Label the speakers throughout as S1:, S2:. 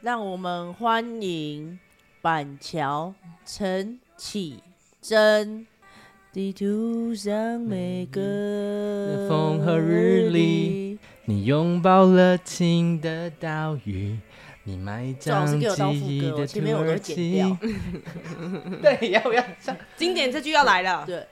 S1: 让我们欢迎板桥陈启贞。地图上每个
S2: 嗯风和日丽，你拥抱了情的岛屿，你埋
S1: 最好
S2: 葬
S1: 是给我当
S2: 记
S1: 副
S2: 忆
S1: 歌
S2: 的
S1: 哦，前面
S2: 土
S1: 我都
S2: 耳
S1: 剪
S2: 其
S1: 掉。。
S2: 对，要不要唱？
S3: 经典这句要来了，
S4: 啊
S1: 对，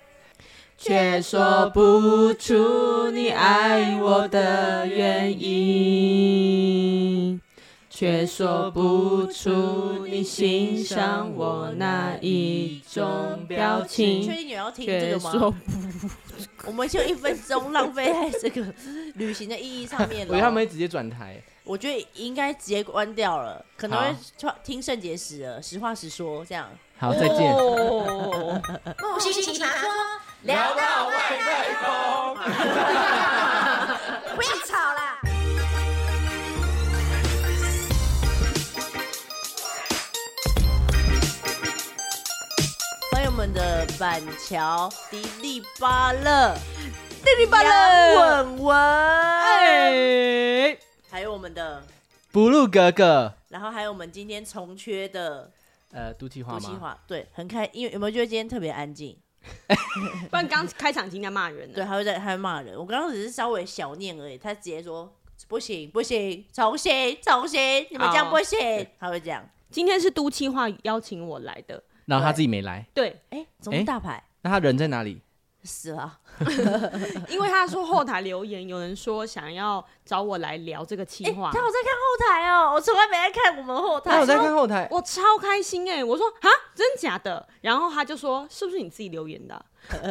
S3: 却说不出你爱我的原因，却说不出你欣赏我哪一种表
S1: 你确
S3: 情，
S1: 定你要听这
S3: 却
S1: 个吗？
S3: 说
S1: 我们就一分钟浪费在这个旅行的意义上面
S2: 我觉得他们
S1: 了。
S2: 会直接转台。
S1: 我觉得应该直接关掉了，可能
S2: 好
S1: 会创听圣结石了。实话实说，这样
S2: 好，再见。
S3: 哦
S4: 木星奇葩说，聊到外太空，不要吵啦！
S1: 欢迎我们的板桥迪丽巴勒、
S3: 第六八了，
S1: 杨文文，
S2: 哎，
S1: 还有我们的，
S2: 不露格格，
S1: 然后还有我们今天重缺的
S2: 呃，杜琪华
S1: 杜西
S2: 吗？
S1: 华，对，很开，因为有没有觉得今天特别安静？
S3: 不然刚开场已经在骂人
S1: 对，
S3: 了。
S1: 他会在，他会骂人。我刚刚只是稍微小念而已，他直接说不行不行，重新重新，你们这样
S3: 哦
S1: 不行。他会这样，
S3: 今天是都气话邀请我来的，
S2: 然后他自己没来，
S3: 对，
S1: 哎、怎么
S2: 哎
S1: 大牌、哎
S2: 那他人在哪里？
S1: 死了？
S3: 因为他说后台留言有人说想要找我来聊这个气
S1: 哎、
S3: 话，
S1: 他有在看后台哦，我从来没在哦看我们后台。
S2: 他有哦在看后台。
S3: 我超开心哎、我说啊，真假的？然后他就说是不是你自己留言的啊、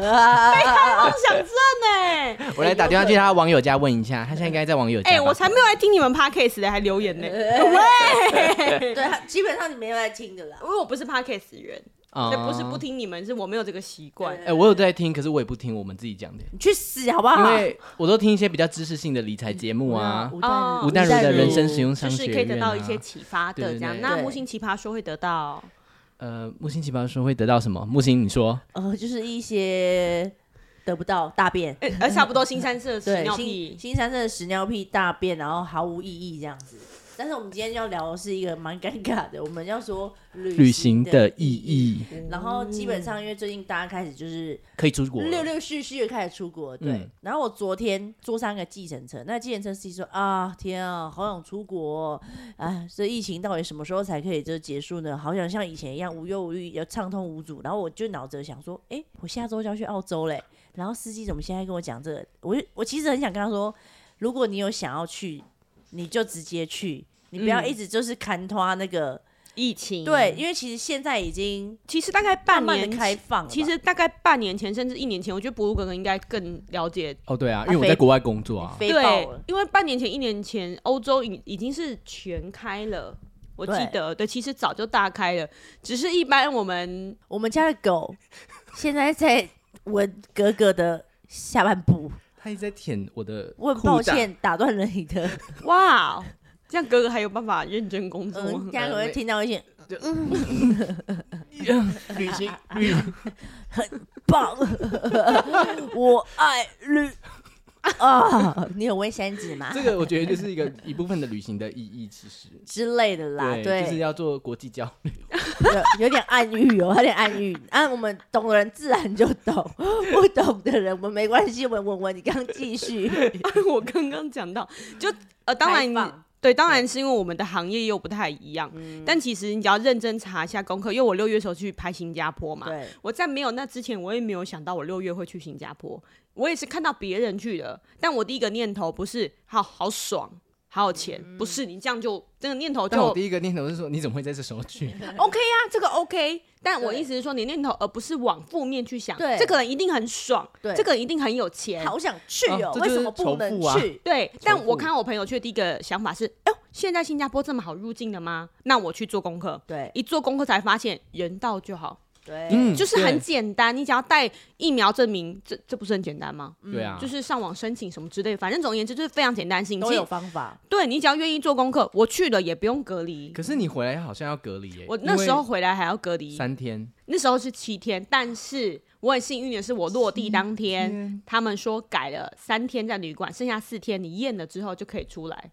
S3: 梦想症哎、欸，
S2: 我来打电话去他网友家问一下，他现在应该在网友家
S3: 哎、
S2: 吧。
S3: 我才没有来听你们 podcast 的，还留 言呢、
S1: 对，他基本上你没有在听的啦。
S3: 因为我不是 podcast 人，
S2: 哦
S3: 所以不是不。听你们，是我没有这个习惯。
S2: 哎，我有在听，可是我也不听我们自己讲的，
S1: 你去死好不好？
S2: 因为
S3: 啊
S2: 我都听一些比较知识性的理财节目啊。
S1: 吴淡
S3: 嗯吴淡如的人
S2: 生使用
S3: 就
S2: 商
S3: 是
S2: 学
S3: 可以得
S2: 院
S3: 到
S2: 啊
S3: 一些启发
S2: 对
S3: 的
S2: 对
S3: 这样，
S2: 对
S3: 那
S1: 对
S3: 木星奇葩说会得到
S2: 呃，木星奇葩说会得到什么？木星，你说
S1: 呃，就是一些得不到大便，
S3: 呃， 而差不多新三社屎
S1: 对，
S3: 尿
S1: 新
S3: 屁，
S1: 新三色的屎尿屁大便，然后毫无意义这样子。但是我们今天要聊的是一个蛮尴尬的，我们要说
S2: 旅
S1: 旅
S2: 行的意。义
S1: 然后基本上，因为最近大家开始就是
S2: 可以出国了
S1: 六六续续地开始出国，对。
S2: 嗯
S1: 然后我昨天坐上个计程车，那计程车司机说啊，天啊，好想出国、哦，哎，这疫情到底什么时候才可以就结束呢？好想像以前一样无忧无虑，要畅通无阻。然后我就脑子想说，哎，我下周就要去澳洲嘞，然后司机怎么现在跟我讲这个？我就我其实很想跟他说，如果你有想要去，你就直接去，你不要
S3: 嗯
S1: 一直就是砍拖那个。
S3: 疫情
S1: 对，，因为其实现在已经
S3: 其实大概半
S1: 慢慢地
S3: 年
S1: 开
S3: 前
S1: 放了吧，
S3: 其实大概半年前甚至一年前，我觉得博鲁哥哥应该更了解
S2: 哦，对啊，
S1: 他
S2: 因为我
S1: 飞
S2: 在国外工作啊，
S1: 飞爆
S3: 对
S1: 了，。
S3: 因为半年前、一年前，欧洲已已经是全开了。我记
S1: 对
S3: 得，对，其实早就大开了，只是一般我们
S1: 我们家的 狗现在在闻格格的下半部，
S2: 他一直在舔我的
S1: 我很抱歉打断了你的，
S3: 哇，这样哥哥还有办法认真工作。
S1: 嗯，大家可能会听到一些
S2: 旅 行旅
S1: 棒， 我爱绿啊，你有卫生纸吗
S2: 这个我觉得就是一个一部分的旅行的意义，其 实
S1: 之类的啦？对，
S2: 就是要做国际交流。
S1: 有有点暗喻哦，有点暗喻。啊，我们懂的人自然就懂， 不懂的人我们没关系。文文文，你刚刚继 续，
S3: 我刚刚讲到，就呃，当
S1: 开
S3: 然
S1: 放。嗯
S3: 对，当然是因为我们的行业又不太一样，但其实你只要认真查一下功课，因为我六月的时候去拍新加坡嘛，
S1: 对，
S3: 我在没有那之前，我也没有想到我六月会去新加坡。我也是看到别人去的，但我第一个念头不是好好爽，好有钱，不是
S1: 嗯
S3: 你这样就这个念头就
S2: 但我第一个念头是说，你怎么会在这时候 去？
S3: OK 啊，这个 OK。但我
S1: 对
S3: 意思是说，你念头而不是往负面去想，
S1: 对
S3: 这个人一定很爽，
S1: 对
S3: 这个人一定很有钱，
S1: 好想去哦
S2: 哦，这
S1: 为
S2: 就是
S1: 什么不
S2: 仇
S1: 能
S2: 富啊
S1: 去？
S3: 对，但
S2: 重
S3: 我
S2: 复
S3: 看到我朋友去的第一个想法是，哎呦，现在新加坡这么好入境的吗？那我去做功课。
S1: 对
S3: 一做功课才发现，人到就好，
S1: 对，
S2: 嗯
S3: 就是很
S2: 对
S3: 简单。你只要带疫苗证明，这这不是很简单吗？
S2: 对啊，
S3: 就是上网申请什么之类的，反正总而言之就是非常简单性。
S1: 都有方法。
S3: 对你只要愿意做功课，我去了也不用隔离。
S2: 可是你回来好像要隔离耶，
S3: 我那时候回来还要隔
S2: 因为
S3: 离，
S2: 三天，
S3: 那时候是七天，但是我很幸运的是，我落地当天，他们说改了三天在旅馆，剩下四天你验了之后就可以出来。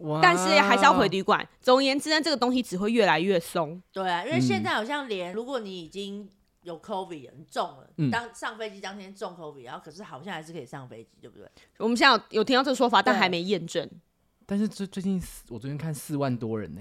S2: 哇
S1: 啊
S3: 但是还是要回旅馆。总而言之呢，这个东西只会越来越松。
S1: 对啊，因为现
S2: 嗯
S1: 在好像连如果你已经有 COVID 了，你中了，
S2: 嗯
S1: 当上飞机当天中 COVID，然后可是好像还是可以上飞机，对不对？
S3: 我们现在有有听到这个说法，但
S1: 对
S3: 还没验证。
S2: 但是最最近四我昨天看四万多人呢、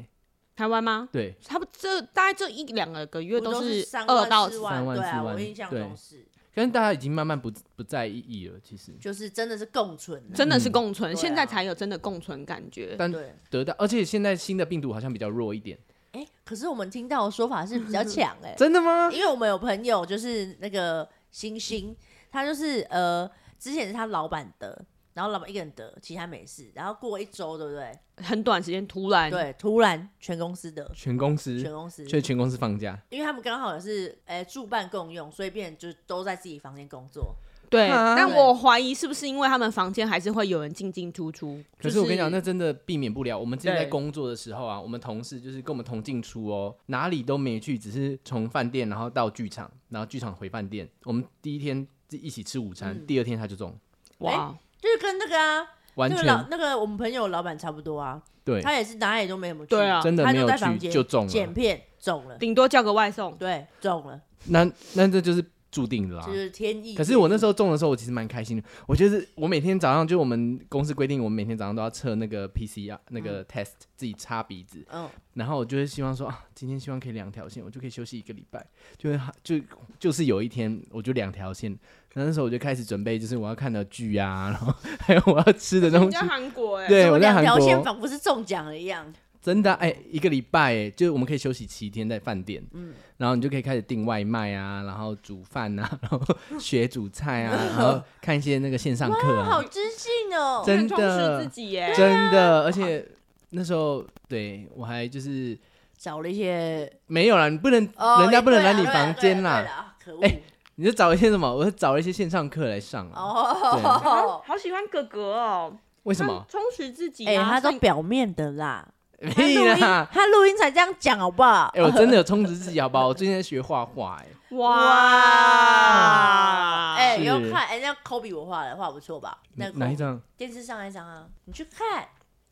S3: 台湾吗？
S2: 对，
S3: 他们这大概这一两个月
S1: 不
S3: 都
S1: 是
S3: 是
S1: 三
S3: 二到
S1: 四
S3: 四
S1: 万，
S2: 三万
S1: 对啊，
S2: 四万
S1: 我印象中是，
S2: 但是大家已经慢慢不不在意了，其实
S1: 就是真的是共存啊，
S3: 真的是
S2: 嗯
S3: 共存，
S1: 对啊
S3: 现在才有真的共存感觉。
S2: 但
S1: 对。
S2: 得到，而且现在新的病毒好像比较弱一点，
S1: 哎，可是我们听到的说法是比较强哎，
S2: 真的吗？
S1: 因为我们有朋友就是那个星星，他就是呃，之前是他老板得，然后老板一个人得，其他没事，然后过一周，对不对？
S3: 很短时间突然，
S1: 对，突然全公司得，
S2: 全公司
S1: 全，公司，
S2: 所以全公司放假，
S1: 因为他们刚好也是呃住办共用，所以变成就都在自己房间工作。
S3: 对
S2: 啊
S3: 但我怀疑是不是因为他们房间还是会有人进进出出。
S2: 可
S3: 就是
S2: 我跟你讲，那真的避免不了。我们之前在
S3: 对
S2: 工作的时候啊，我们同事就是跟我们同进出哦，哪里都没去，只是从饭店然后到剧场，然后剧场回饭店。我们第一天一起吃午
S1: 嗯
S2: 餐，第二天他就中，
S3: 哇，
S1: 就是跟那个啊，
S2: 完
S1: 那个
S2: 全、
S1: 老那个我们朋友老板差不多啊，
S2: 对，
S1: 他也是哪里都没怎么去，
S3: 对啊
S2: 真的
S1: 他
S2: 没
S1: 就
S2: 有
S1: 在房
S2: 去
S1: 间
S2: 就中
S1: 剪
S2: 了。
S1: 片中了，
S3: 顶多叫个外送。
S1: 对，中了，
S2: 那那这就是注定啊的啦
S1: 就。是天意。
S2: 可是我那时
S1: 候
S2: 候中的时候，我其实蛮开心的。我就是我每天早上，就我们公司规定，我们每天早上都要测那个 PCR 那个 test，、自己擦鼻子。
S1: 嗯，
S2: 然后我就会希望说啊，今天希望可以两条线，我就可以休息一个礼拜，就会就就是有一天我就两条线。那时候我就开始准备，就是我要看的剧啊，然后 还有我要吃的东西。
S3: 韩国哎
S2: 对，我在
S1: 两
S2: 韩
S1: 条线
S2: 国
S1: 仿佛是中奖了一样，
S2: 真的啊哎、一个礼拜哎，就是我们可以休息七天在饭店，
S1: 嗯
S2: 然后你就可以开始订外卖啊，然后煮饭啊， 然后学煮菜 啊，然后看一些那个线上课
S1: 哇，好啊
S2: 啊，
S1: 知性哦。
S2: 真
S3: 充实
S2: 的
S3: 自己耶。
S2: 真的，而且那时候对我还就是
S1: 找了一些，
S2: 没有啦，你不能、
S1: 哦、
S2: 人家不能
S1: 对啊
S2: 来你
S1: 对啊
S2: 房
S1: 对啊
S2: 间
S1: 对
S2: 啦。
S1: 啊可恶、
S2: 哎你就找一些什么？我就找了一些线上课来上啊。
S1: 哦。
S3: 好喜欢哥哥哦，
S2: 为 什么？
S3: 他充实自己
S1: 哎、
S3: 啊，
S1: 他都
S3: 像
S1: 表面的啦，他
S2: 没
S1: 录音
S2: 啦。
S1: 他录音才这样讲，好不好？
S2: 哎、我真的有充实自己，好不好？我最近在学画画、哎，
S3: 哇，
S1: 哎、
S2: 是
S1: 有看，哎、那 Kobe 我画的画不错吧？ 那个
S2: 哪一张？
S1: 电视上那一张啊，你去看，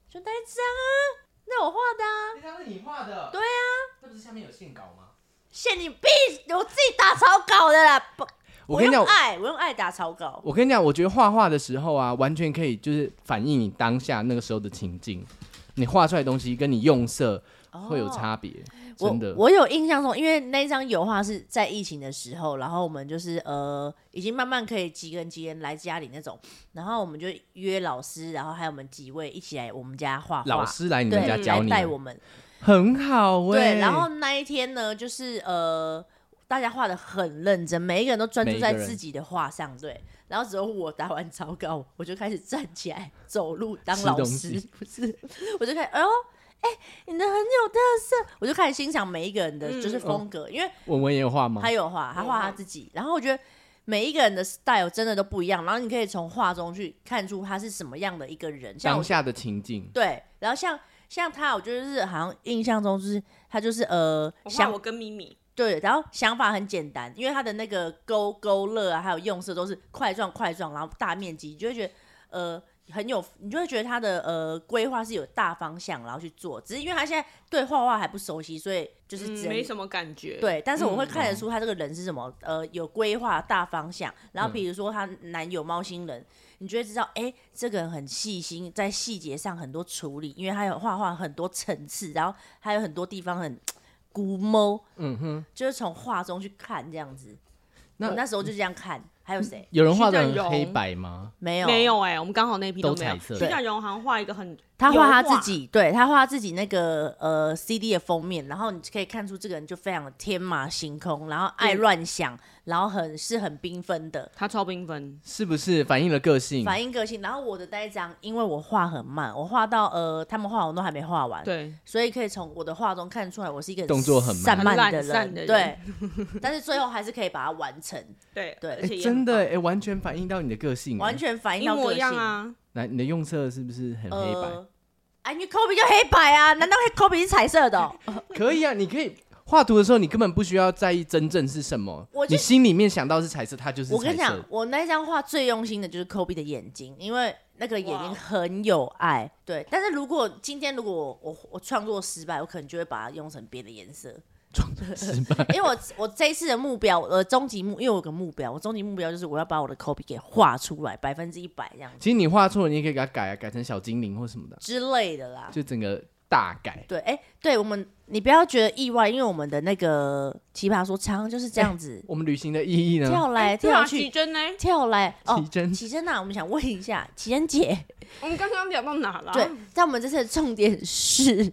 S1: 就那一张啊，那我画的啊，
S2: 那张是你画的。
S1: 对
S2: 啊。那不是下面有线稿吗？
S1: 限你必，我自己打草稿的啦，不，
S2: 我跟你讲
S1: 用，爱，我用爱打草稿，
S2: 我跟你讲，我觉得画画的时候啊，完全可以就是反映你当下那个时候的情境。你画出来的东西跟你用色会有
S1: 哦
S2: 差别，
S1: 我
S2: 真的。
S1: 我有印象中，因为那一张油画是在疫情的时候，然后我们就是呃，已经慢慢可以几个人几个人来家里那种，然后我们就约老师，然后还有我们几位一起来我们家画画，
S2: 老师来你
S1: 对
S2: 们家教
S1: 来
S2: 你，
S1: 带我们。
S2: 很好哎、
S1: 对，然后那一天呢，就是呃，大家画的很认真，每一个人都专注
S2: 每一
S1: 在
S2: 个人
S1: 自己的画上，对。然后只有我打完草稿，我就开始站起来走路当
S2: 吃
S1: 老
S2: 东
S1: 师
S2: 西，
S1: 不是， 我就开始，哎呦，哎，你的很有特色，我就开始欣赏每一个人的就是
S3: 嗯
S1: 风格，因为
S2: 文文也有画吗
S1: 他？有画，他画他自己。然后我觉得每一个人的 style 真的都不一样，然后你可以从画中去看出他是什么样的一个人。像
S2: 当
S1: 我
S2: 下的情境，
S1: 对，然后像像他，我觉得是好像印象中就是他就是呃
S3: 我画
S1: 想
S3: 我跟咪咪，
S1: 对，然后想法很简单，因为他的那个勾勾勒啊，还有用色都是块状块状，然后大面积，你就会觉得呃。很有，你就会觉得他的呃规划是有大方向，然后去做。只是因为他现在对画画还不熟悉，所以就是只
S3: 嗯，
S1: 能
S3: 没什么感觉。，
S1: 对，但是我会
S3: 嗯
S1: 看得出他这个人是什么，呃，有规划大方向。然后比
S3: 嗯
S1: 如说他男友猫星人，你就会知道，哎、这个人很细心，在细节上很多处理，因为他有画画很多层次，然后还有很多地方很古摸，
S2: 嗯哼，
S1: 就是从画中去看这样子。
S2: 那
S1: 我那时
S3: 嗯
S1: 候就这样看，还有谁？
S2: 有人画的
S3: 徐峥
S2: 很
S3: 荣
S2: 黑白吗？
S1: 没有，
S3: 嗯没，有哎，我们刚好那批
S2: 都
S3: 没有。
S2: 彩色
S3: 徐小荣好像画一个很，
S1: 他画他
S3: 油画
S1: 自己，对他画他自己那个呃 CD 的封面，然后你可以看出这个人就非常的天马行空，然后爱
S3: 嗯
S1: 乱想，然后很是很缤纷的。
S3: 他超缤纷，
S2: 是不是反映了个性？
S1: 反应个性。然后我的那一张，因为我画很慢，我画到呃，他们画完都还没画完，
S3: 对，
S1: 所以可以从我的画中看出来，我是一个
S2: 动作很慢
S1: 散漫
S3: 很懒
S1: 的人，
S3: 散的
S1: 对。但是最后还是可以把它完成，
S3: 对
S1: 对
S3: 而
S2: 哎、
S3: 且也
S2: 真
S3: 很
S2: 的
S3: 棒
S2: 哎、完全反映到你的个性、
S1: 完。全反
S3: 一
S1: 映到
S3: 模
S1: 个呃
S3: 一
S1: 性。
S3: 样啊，
S2: 来，你的用色是不是很黑白？
S1: 呃，啊，因为 Kobe 就黑白啊，难道黑 Kobe 是彩色的哦、
S2: 可以啊，你可以画图的时候，你根本不需要在意真正是什么
S1: 我，就
S2: 你心里面想到是彩色，它就是
S1: 我跟
S2: 彩
S1: 你
S2: 色
S1: 讲，。我那张画最用心的就是 Kobe 的眼睛，因为那个眼
S3: 哦
S1: 睛很有爱。对，但是如果今天如果我我我创作失败，我可能就会把它用成别的颜色。
S2: 失败
S1: 因为我我这一次的目标，呃，终极目，因为我有个目标，我终极目标就是我要把我的 Kobe 给画出来，百分之一百这样
S2: 其实你画错了，你也可以给它改啊，改成小精灵或什么的，
S1: 之类的啦。
S2: 就整个大改。
S1: 对，哎、对我们，你不要觉得意外，因为我们的那个奇葩说常常就是这样子、
S2: 我们旅行的意义呢？
S1: 跳来
S3: 对啊，
S1: 跳
S3: 奇
S1: 去，
S3: 珍呢？
S1: 跳来哦
S2: 哎奇。珍
S1: 奇珍啊，我们想问一下奇珍姐，
S3: 我们刚刚聊到哪了？
S1: 对，，但我们这次的重点是，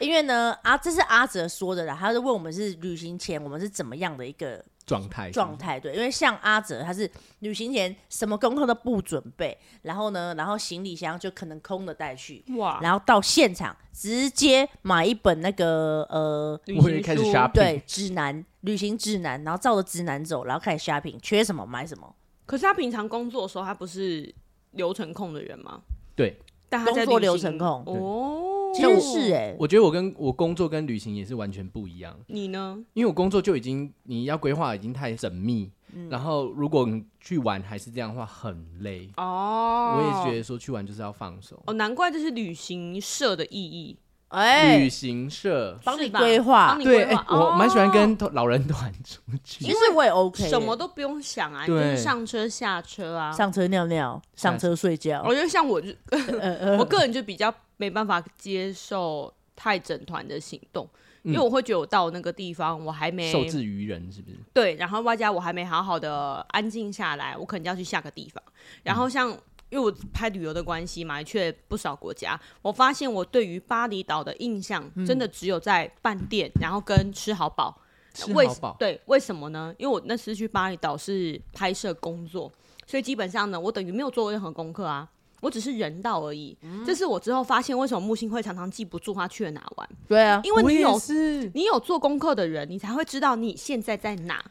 S1: 因为呢，啊，这是阿哲说的啦，他是问我们是旅行前我们是怎么样的一个
S2: 状态
S1: 状态，对，因为像阿哲他是旅行前什么功课都不准备，然后呢，然后行李箱就可能空的带去，
S3: 哇，
S1: 然后到现场直接买一本那个呃，
S3: 旅
S2: 我
S3: 行
S2: 也开始
S3: 书
S2: shopping
S1: 对，指南旅行指南，然后照着指南走，然后开始 shopping，缺什么买什么，
S3: 可是他平常工作的时候，他不是流程控的人吗？
S2: 对，
S3: 但他在
S1: 工作
S3: 旅行
S1: 流程控
S2: 对
S3: 哦，
S1: 其实是哎、
S2: 我觉得我跟我工作跟旅行也是完全不一样，
S3: 你呢？
S2: 因为我工作就已经你要规划已经太缜密，
S3: 嗯
S2: 然后如果你去玩还是这样的话很累。
S3: 哦，
S2: 我也觉得说去玩就是要放手。
S3: 哦，难怪这是旅行社的意义，
S1: 哎、
S2: 旅行社
S1: 帮你
S3: 是吧
S1: 规划
S3: 帮你
S2: 对，
S3: 规
S2: 哎、
S3: 划。
S2: 我蛮喜欢
S3: 哦
S2: 跟老人团出
S1: 其
S2: 去，
S1: 实我也 OK，的
S3: 什么都不用想啊，你就
S2: 对
S3: 是上车下车啊。
S1: 上车尿尿，
S2: 下
S1: 上车睡觉，
S2: 哦
S3: 我觉得像我就，
S1: 呃呃
S3: 我个人就比较没办法接受太整团的行动，因为
S2: 嗯
S3: 我会觉得我到那个地方我还 没
S2: 受制于人是不是？
S3: 对，然后外加我还没好好的安静下来，我可能就要去下个地方。然
S2: 嗯
S3: 后像、因为我拍旅游的关系嘛，去了不少国家，我发现我对于巴厘岛的印象
S2: 嗯
S3: 真的只有在饭店，然后跟吃好饱。
S2: 吃
S3: 为
S2: 好饱，
S3: 对，为什么呢？因为我那次去巴厘岛是拍摄工作，所以基本上呢，我等于没有做过任何功课啊。我只是人到而已，
S2: 嗯
S3: 这是我之后发现为什么木星会常常记不住他去了哪玩，
S1: 对啊，
S3: 因为你有
S2: 是
S3: 你有做功课的人，你才会知道你现在在哪，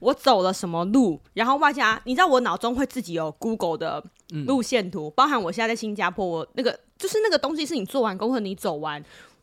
S3: 我走了什么路，然后外加你知道我脑中会自己有 Google 的
S2: 嗯
S3: 路线图，包含我现在在新加坡，我那个就是那个东西是你做完功课你走完，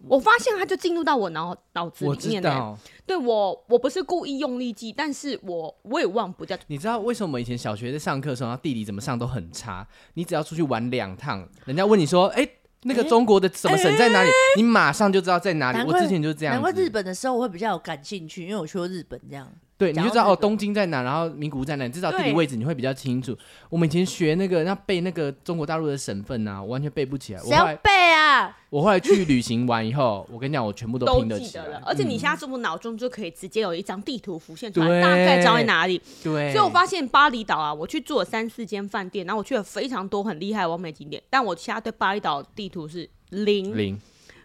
S3: 我发现它就进入到我脑脑子
S2: 我
S3: 里
S2: 知
S3: 面的、欸
S2: 道，
S3: 对我，我不是故意用力记，但是我我也忘不掉。
S2: 你知道为什么我们以前小学在上课的时候，然后地理怎么上都很差？你只要出去玩两趟，人家问你说，哎、那个中国的什么省在哪里？你马上就知道在哪里。
S1: 难
S2: 我
S1: 怪
S2: 之前就是这样
S1: 难
S2: 子，
S1: 怪日本的时候我会比较有感兴趣，因为我去过日本这样。
S2: 对，你就知
S1: 讲
S2: 道
S1: 到
S2: 哦，
S1: 日本
S2: 东京在哪，然后名古屋在哪，你至少地理
S3: 对
S2: 位置你会比较清楚。我们以前学那个，那背那个中国大陆的省份啊，我完全背不起来。我
S1: 谁
S2: 后
S1: 要
S2: 来
S1: 背啊？
S2: 我后来去旅行完以后，我跟你讲，我全部都
S3: 都
S2: 拼得
S3: 记
S2: 起
S3: 得
S2: 来
S3: 了，。而且你现在是不是脑中就可以直接有一张地图浮现出来，大概
S2: 对
S3: 知道在哪里？
S2: 对，
S3: 所以我发现巴厘岛啊，我去住了三四间饭店，然后我去了非常多很厉害的完美景点，但我现在对巴厘岛地图是零，
S2: 零，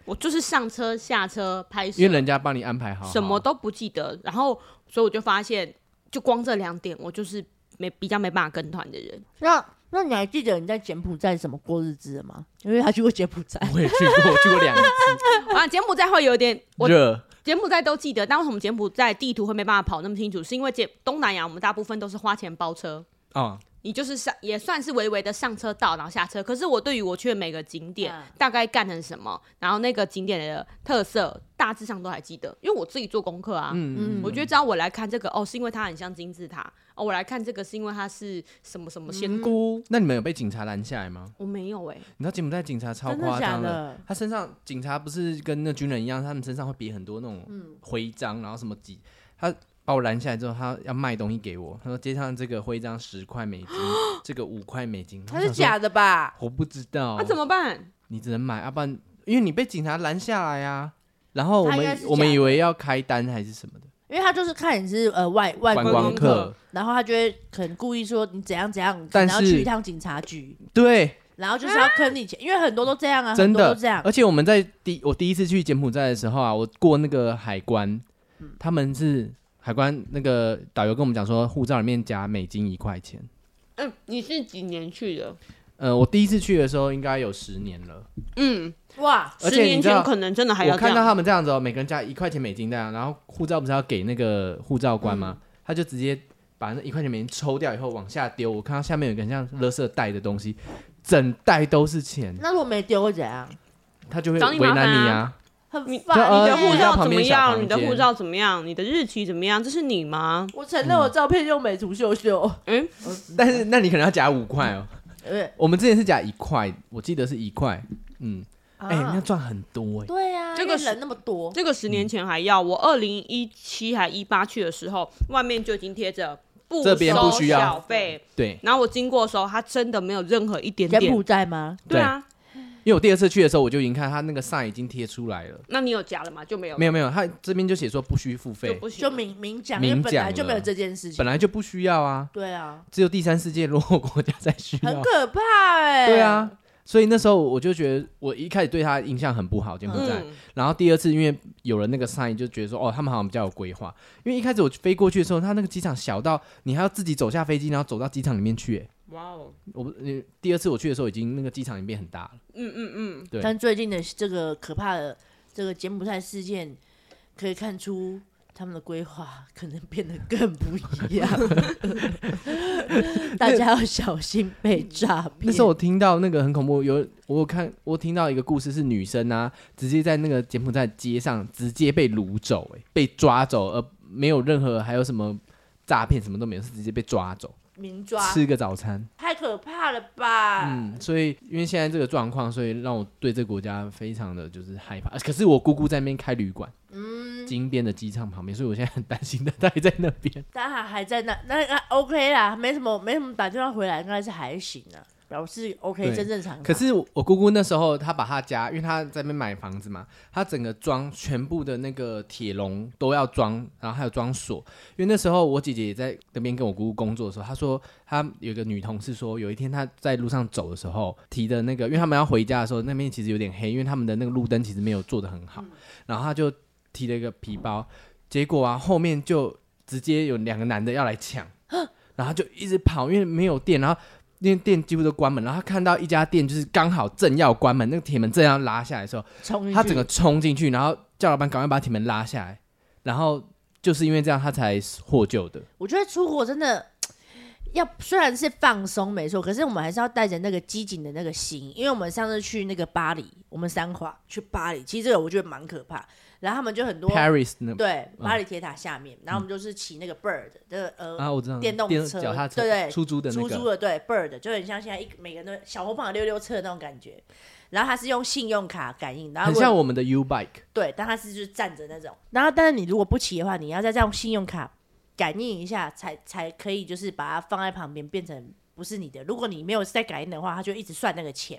S3: 我就是上车下车拍摄
S2: 因为，哦人家帮你安排好好
S3: 什么都不记得，然后所以我就发现，就光这两点，我就是没比较没办法跟团的人。
S1: 那那你还记得你在柬埔寨怎么过日子的吗？因为他去过柬埔寨，
S2: 我也去过，我去过两次，
S3: 啊，柬埔寨会有点，我
S2: 热。
S3: 柬埔寨都记得，但为什么柬埔寨地图会没办法跑那么清楚？是因为柬东南亚我们大部分都是花钱包车，
S2: 啊、
S3: 你就是上也算是微微的上车道，然后下车。可是我对于我去的每个景点、
S1: 嗯
S3: 大概干成什么，然后那个景点的特色，大致上都还记得，因为我自己做功课啊。
S2: 嗯
S1: 嗯
S3: 我觉得只要我来看这个，哦，是因为它很像金字塔。哦，我来看这个是因为它是什么什么
S1: 嗯
S3: 仙姑。
S2: 姑，那你们有被警察拦下来吗？
S3: 我没有哎、
S2: 你知道柬埔寨警察超
S1: 真的
S2: 夸
S1: 假
S2: 张的，
S1: 的？
S2: 他身上警察不是跟那军人一样，他们身上会别很多那
S1: 嗯
S2: 种徽章，然后什么几，他把我拦下来之后，他要卖东西给我，他说街上这个徽章十 块美金，这个五块美金，
S1: 他
S2: 我
S1: 是
S2: 想说
S1: 假的啊吧？
S2: 我不知道，
S3: 那、啊怎么办？
S2: 你只能买，啊要、不然因为你被警察拦下来啊。然后我
S1: 他应该
S2: 们
S1: 是
S2: 我们
S1: 假的
S2: 以为要开单还是什么的，
S1: 因为他就是看你是呃外外
S2: 观
S1: 国
S2: 光
S1: 人，
S2: 客，
S1: 然后他就会可能故意说你怎样怎样，
S2: 但
S1: 然后
S2: 是
S1: 去一趟警察局，
S2: 对，
S1: 然后就是要坑你钱，因为很多都这样啊，
S2: 真
S1: 很多
S2: 的
S1: 都这样。
S2: 而且我们在第我第一次去柬埔寨的时候啊，我过那个海关，
S3: 嗯
S2: 他们是海关那个导游跟我们讲说，护照里面夹美金一块钱。
S3: 嗯，你是几年去的？
S2: 呃，我第一次去的时候应该有十年了，
S3: 嗯，
S1: 哇，
S2: 而
S3: 十
S2: 且你
S3: 年
S2: 知道
S3: 前可能真的还要
S2: 我
S3: 这
S2: 看
S3: 样。
S2: 到他们这样子哦，每个人加一块钱美金这样，然后护照不是要给那个护照官
S3: 嗯
S2: 吗？他就直接把那一块钱美金抽掉以后往下丢，我看到下面有一个很像垃圾袋的东西，整袋都是钱，
S1: 那如果没丢会怎样？
S2: 他就会
S3: 找你
S2: 为
S3: 麻烦
S2: 难你
S3: 啊
S2: 啊。
S1: 很
S3: 就
S1: 烦。
S2: 呃
S3: 你的护
S2: 你在
S3: 照
S2: 旁
S3: 怎么
S2: 边小
S3: 样？
S2: 房
S3: 你的护
S2: 间
S3: 照怎么样？你的日期怎么样？这是你吗？
S1: 我承
S2: 嗯
S1: 认我照片用美图秀秀，
S3: 嗯，
S2: 但是那你可能要加五块哦。
S1: 呃，
S2: 我们之前是加一块，我记得是一块。嗯，
S1: 啊
S2: 哎、那赚很多
S3: 啊
S2: 哎、
S1: 对呀，
S3: 这
S1: 这
S3: 个
S1: 个
S3: 是
S1: 人那么多，
S3: 这个十年前还要，我二零一七还一八去的时候，外面就已经贴着不
S2: 这边
S3: 收
S2: 不需要
S3: 小费。
S2: 对，
S3: 然后我经过的时候，它真的没有任何一点
S1: 柬
S3: 点
S1: 埔。寨吗？
S3: 对啊，
S2: 因为我第二次去的时候，我就已经看他那个 sign 已经贴出来了。
S3: 那你有加了吗？就没有，
S2: 没有没有，他这边就写说不需付
S3: 就
S2: 费，
S3: 不行
S1: 就明明讲，因为
S2: 明
S1: 本来
S2: 讲
S1: 就没
S2: 了
S1: 有这件事情
S2: 本。来就不需要啊，
S1: 对啊，
S2: 只有第三世界落后国家才需
S1: 很
S2: 要。
S1: 可怕哎。
S2: 对啊，所以那时候我就觉得，我一开始对他印象很不好，柬埔寨。
S3: 嗯，
S2: 然后第二次因为有了那个 sign，就觉得说哦，他们好像比较有规划。因为一开始我飞过去的时候，他那个机场小到你还要自己走下飞机，然后走到机场里面去。哎
S3: 哇哦，
S2: 我不，呃第二次我去的时候，已经那个机场已经变很大了。
S3: 嗯嗯嗯，
S2: 对
S1: 但最近的这个可怕的这个柬埔寨事件，可以看出他们的规划可能变得更不一 样，大家要小心被诈骗。
S2: 那时候我听到那个很恐怖，有我有看我听到一个故事是女生啊，直接在那个柬埔寨街上直接被掳走、哎，被抓走，而没有任何还有什么诈骗什么都没有，是直接被抓走，
S1: 明抓啊
S2: 吃个早餐。
S1: 太可怕了吧？
S2: 嗯，所以因为现在这个状况，所以让我对这个国家非常的就是害怕。可是我姑姑在那边开旅馆，嗯，金边的机场旁边，所以我现在很担心的，她还在那边。
S1: 但还还在那那那 OK 啦，没什么没什么打电话回来，应该是还行啊，表示 OK
S2: 对
S1: 真正常常。
S2: 可是我姑姑那时候，她把她家，因为她在那边买房子嘛，她整个装全部的那个铁笼都要装，然后还有装锁。因为那时候我姐姐也在那边跟我姑姑工作的时候，她说她有一个女同事说，有一天她在路上走的时候提的那个，因为他们要回家的时候，那边其实有点黑，因为他们的那个路灯其实没有做的很好，然后她就提了一个皮包，结果啊后面就直接有两个男的要来抢，然后她就一直跑，因为没有电，然后。因为店几乎都关门，然后她看到一家店就是刚好正要关门，那个铁门正要拉下来的时候，
S1: 冲进去
S2: 他整个冲进去，然后叫老板赶快把铁门拉下来，然后就是因为这样他才获救的。
S1: 我觉得出国真的要虽然是放松没错，可是我们还是要带着那个机警的那个心，因为我们上次去那个巴黎，我们三华去巴黎，其实这个我觉得蛮可怕。然后他们就很多
S2: Paris 嗯那
S1: 对巴黎铁塔下面，然后我们就是骑那个 bird 的呃、
S2: 啊，我知道
S1: 电动车
S2: 脚踏车，
S1: 对对
S2: 出租的那
S1: 出
S2: 个，
S1: 租的对 bird 就很像现在一每个人都小红跑溜溜车的那种感觉。然后它是用信用卡感应，然后如
S2: 很
S1: 果
S2: 像我们的 U Bike，
S1: 对，但它是就是站着那种。然后，但是你如果不骑的话，你要再用信用卡感应一下，才才可以就是把它放在旁边，变成不是你的。如果你没有在感应的话，它就一直算那个钱。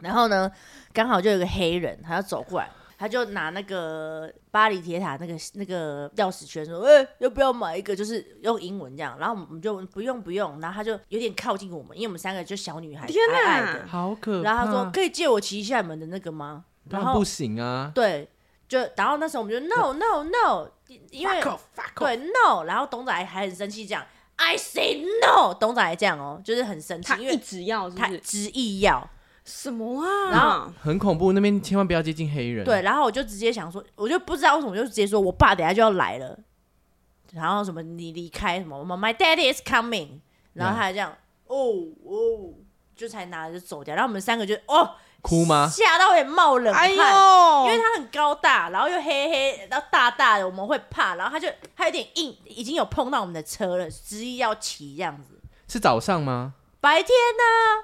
S1: 然后呢，刚好就有个黑人，他要走过来，他就拿那个巴黎铁塔那个那个钥匙圈说：“哎、要不要买一个？”就是用英文这样。然后我们就不用不用，然后他就有点靠近我们，因为我们三个就小女孩，
S3: 天
S1: 矮矮
S3: 哪
S1: 的。
S2: 好可
S1: 然后他说：“可以借我骑一下你们的那个吗？”然
S2: 当
S1: 后
S2: 然不行啊，
S1: 对，就然后那时候我们就 no no no，因为
S2: Fuck off, fuck off
S1: 对 no，然后董仔还很生气这样，I say no，董仔还这样哦，就是很生气
S3: 他，
S1: 因
S3: 一
S1: 为
S3: 直要是不
S1: 他
S3: 是
S1: 执意要
S3: 什么啊？
S1: 然
S3: 后
S2: 很恐怖，那边千万不要接近黑人。
S1: 对，，然后我就直接想说，我就不知道为什么，我就直接说我爸等下就要来了，然后什么你离开什么我们，my daddy is coming，然后他还这样哦哦，就才拿着就走掉，然后我们三个就哦
S2: 哭吗？
S1: 吓到有点冒冷汗，
S3: 哎呦，
S1: 因为他很高大，然后又黑黑，然后大大的，我们会怕。然后他就他有点硬，已经有碰到我们的车了，执意要骑这样子。
S2: 是早上吗？
S1: 白天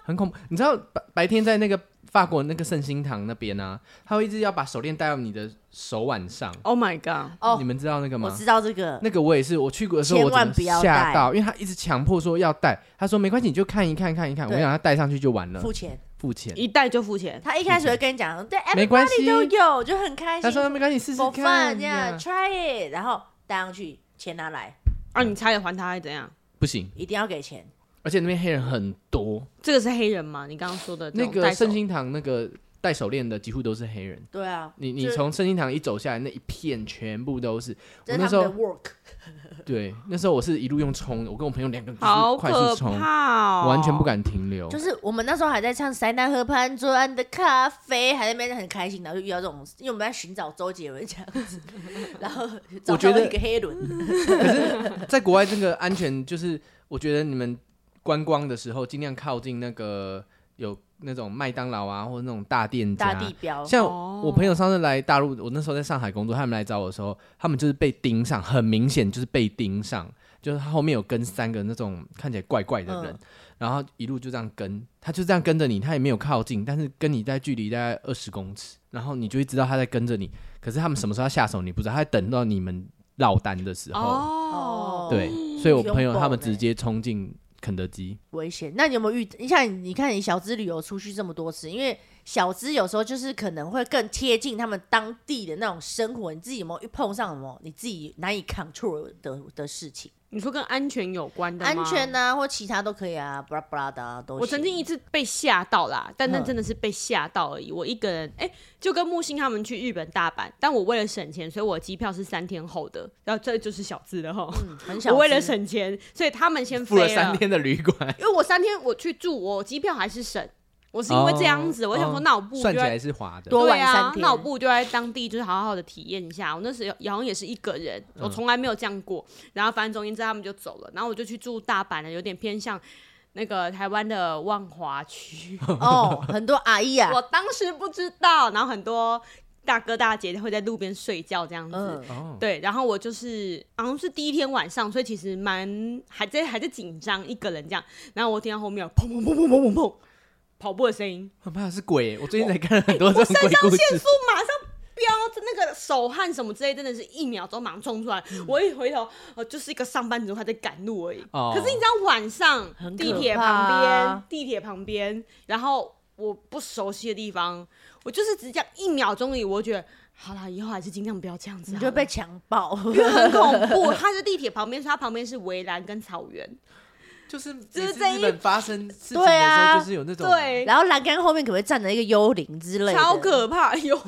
S2: 很恐怖，你知道白白天在那个法国那个圣心堂那边啊，他会一直要把手链戴到你的手腕上，
S3: Oh my god，
S1: 哦
S2: 你，们知道那个
S1: 我
S2: 吗？
S1: 知道这个，
S2: 那个我也是，我去过的时候我
S1: 千万
S2: 真的
S1: 不要
S2: 吓
S1: 戴
S2: 到，因为他一直强迫说要戴，他说没关系，你就看一看看一看，我
S1: 对
S2: 想他戴上去就完了，
S1: 付钱。
S2: 付钱。
S3: 一戴就付钱，
S1: 他一开始会跟你讲，对
S2: 没关系
S1: ，everybody 都有，就很开
S2: 他
S1: 心。
S2: 说没关系，试试
S1: for fun
S2: 看
S1: 这样
S2: 呀。
S1: ，try it，然后带上去，钱拿来，
S3: 啊，你差点还他还怎样？
S2: 不行，
S1: 一定要给钱。
S2: 而且那边黑人很多，
S3: 这个是黑人吗？你刚刚说的这
S2: 那
S3: 种
S2: 个
S3: 戴手
S2: 圣心堂那个戴手链的几乎都是黑人。
S1: 对啊，
S2: 你你
S1: 就是
S2: 从圣心堂一走下来，那一片全部都是。
S1: 这
S2: 我
S1: 是
S2: 那
S1: 他
S2: 时
S1: 们的
S2: 候
S1: work。
S2: 对，那时候我是一路用冲的，我跟我朋友两个人就是
S3: 好
S2: 快
S3: 可
S2: 速冲，
S3: 怕哦，
S2: 完全不敢停留。
S1: 哦就是我们那时候还在唱《塞纳河畔左岸的咖啡》，还在那边很开心，然后就遇到这种，因为我们在寻找周杰伦这样子， 然后找
S2: 我觉
S1: 到
S2: 得
S1: 一个黑轮。
S2: 在国外这个安全，就是我觉得你们观光的时候尽量靠近那个有那种麦当劳啊，或者那种大店家。
S1: 大地标，
S2: 像
S3: 哦
S2: 我朋友上次来大陆，我那时候在上海工作，他们来找我的时候，他们就是被盯上，很明显就是被盯上，就是他后面有跟三个那种看起来怪怪的人，
S1: 嗯
S2: 然后一路就这样跟，他就这样跟着你，他也没有靠近，但是跟你在距离大概二十公尺，然后你就会知道他在跟着你，可是他们什么时候要下手你不知道，他在等到你们落单的时候，
S3: 哦，
S2: 对，所以我
S1: 凶
S2: 朋友他
S1: 暴欸
S2: 们
S1: 呢
S2: 直接冲进肯德基，
S1: 危险。那你有没有遇？你看，你看你小资旅游出去这么多次，因为小资有时候就是可能会更贴近他们当地的那种生活。你自己有没有碰上什么你自己难以 control 的的事情？
S3: 你说跟安全有关的吗
S1: 安全呐、或其他都可以啊，布拉布拉的、啊、都行。
S3: 我曾经一次被吓到啦，但
S2: 嗯
S3: 那真的是被吓到而已。我一个人，哎、就跟木星他们去日本大阪，但我为了省钱，所以我机票是三天后的，然后这就是小资了哈。
S1: 嗯很小
S3: 我
S1: 资，
S3: 为了省钱，所以他们先
S2: 付了
S3: 飞
S2: 三天的旅馆，
S3: 因为我三天我去住，我机票还是省。我是因为这样子，
S2: 哦
S3: 我想说，
S2: 哦
S3: 那我不如
S2: 算起
S3: 就在
S2: 来是划的。
S1: 多
S3: 对
S1: 玩
S3: 啊
S1: 三，天
S3: 那我不如就在当地就是好好的体验一下。我那时候好像也是一个人，
S1: 嗯
S3: 我从来没有这样过。然后反正总而言之他们就走了，然后我就去住大阪的，有点偏向那个台湾的万 华区。
S1: 哦，很多阿姨啊
S3: 我，当时不知道，然后很多大哥大姐会在路边睡觉这样子。
S1: 嗯，
S2: 哦，
S3: 对，然后我就是好像是第一天晚上，所以其实蛮还在还在紧张，一个人这样。然后我听到后面有砰砰砰砰砰砰砰跑步的声音，
S2: 很怕是鬼耶，我最近才看了很多这种鬼故事。
S3: 我马上飙那个手汗什么之类，真的是一秒钟马上冲出来。我一回头，呃，就是一个上班族还在赶路而已。
S2: 哦
S3: 可是你知道晚上呃
S1: 很可
S3: 地铁
S1: 怕
S3: 旁边
S1: 啊，
S3: 地铁旁边，然后我不熟悉的地方，我就是只讲一秒钟而已，我就觉得好啦，以后还是尽量不要这样子好
S1: 你
S3: 了，
S1: 就被强暴，
S3: 因为很恐 怖。它是地铁旁边，所以它旁边是围栏跟草原。
S2: 就是每
S3: 就是
S2: 次
S3: 这
S2: 日
S3: 一
S2: 本发生事情的
S1: 对
S2: 时候，
S1: 啊
S2: 就是有那种
S3: 对，
S1: 然后栏杆后面可能会站着一个幽灵之类的，
S3: 超可怕哟！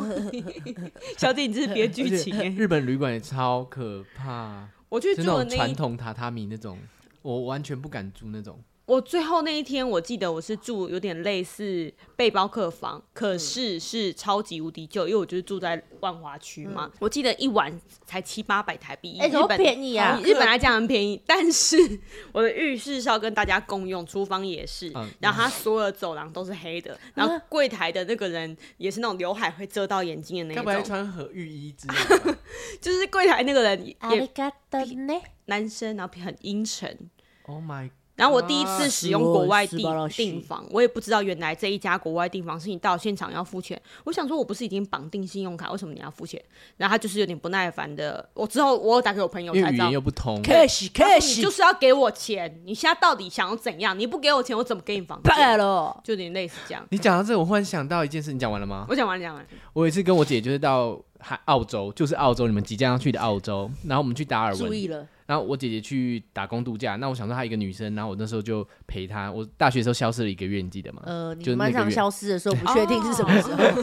S3: 小姐，你 这是别剧情哎、
S2: 日本旅馆也超可怕，
S3: 我去
S2: 就
S3: 住
S2: 那
S3: 的
S2: 种
S3: 那
S2: 传
S3: 一，
S2: 统榻榻米那种，我完全不敢住那种。
S3: 我最后那一天，我记得我是住有点类似背包客房，可是是超级无敌旧，因为我就是住在万华区嘛。我记得一晚才七八百台币，以
S1: 哎怎
S3: 日
S1: 么
S3: 本
S1: 便宜啊
S3: 以日本来讲很便宜，但是 我的浴室是要跟大家共用，厨房也是，
S2: 嗯
S3: 然后它所有的走廊都是黑的，然后柜台的那个人也是那种刘海会遮到眼睛的那一
S2: 该不会
S3: 种，
S2: 穿和浴衣之类 的吧？
S3: 就是柜台那个人也
S1: 阿里嘎多呢，
S3: 男生，然后很阴沉。
S2: ？Oh my！
S3: 然后我第一次使用
S2: 哦
S3: 国外
S1: 斯巴
S3: 订
S1: 拉西
S3: 订房，我也不知道原来这一家国外订房是你到现场要付钱。我想说，我不是已经绑定信用卡，为什么你要付钱？然后他就是有点不耐烦的。我之后我有打给我朋友
S2: 因
S3: 才
S2: 为语
S3: 知道哎
S2: 言，又不通，
S1: 可惜可
S3: 你
S1: 惜
S3: 就，是要给我钱，你现在到底想要怎样？你不给我钱，我怎么给你房
S1: 败
S3: 间？
S1: 了。哦
S3: 就有点类似这样。
S2: 啊你讲到这，我忽然想到一件事，你讲完了吗？
S3: 我讲完了讲完了，
S2: 我有一次跟我姐就是到海澳洲，就是澳洲，你们即将要去的澳洲，然后我们去达尔
S1: 注
S2: 文，啊
S1: 意了，
S2: 然后我姐姐去打工度假，那我想说她一个女生，然后我那时候就陪她，我大学的时候消失了一个月，你记得吗？
S1: 呃，你
S2: 就是那
S1: 班
S2: 个
S1: 上
S2: 月
S1: 消失的时候不确定是什么时候，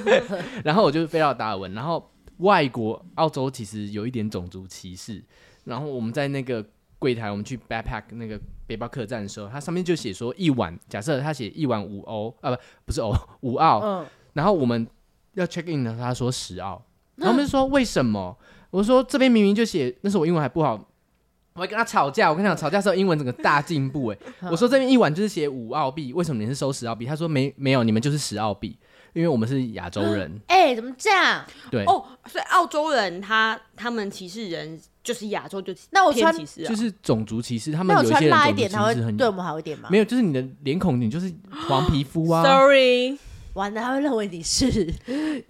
S2: 然后我就飞到达尔文，然后外国澳洲其实有一点种族歧视，然后我们在那个柜台，我们去 backpack 那个背包客栈的时候，它上面就写说一晚，假设他写一晚五欧啊，不不是欧五澳，
S1: 嗯，
S2: 然后我们要 check in 的时候，他说十澳，
S1: 嗯
S2: 然后我们就说为什么？我说这边明明就写，那时候我英文还不好，我还跟他吵架。我跟你讲，吵架的时候英文整个大进步 哎、
S1: 嗯
S2: 我说这边一晚就是写五澳币，为什么你是收十澳币？他说没没有，你们就是十澳币，因为我们是亚洲 人。
S1: 哎，怎么这样？
S2: 对，
S3: 哦，所以澳洲人他他们歧视人就是亚洲就
S1: 那我
S3: 偏
S1: 穿
S3: 歧视啊
S2: 就，是种族歧视，他们
S1: 那我
S2: 有一
S1: 穿
S2: 些人
S1: 辣一
S2: 种族
S1: 点，
S2: 歧
S1: 他会
S2: 视很
S1: 对我们好一点吗
S2: 没？有，就是你的脸孔，你就是黄皮 肤啊，
S3: Sorry，
S1: 完了，他会认为你是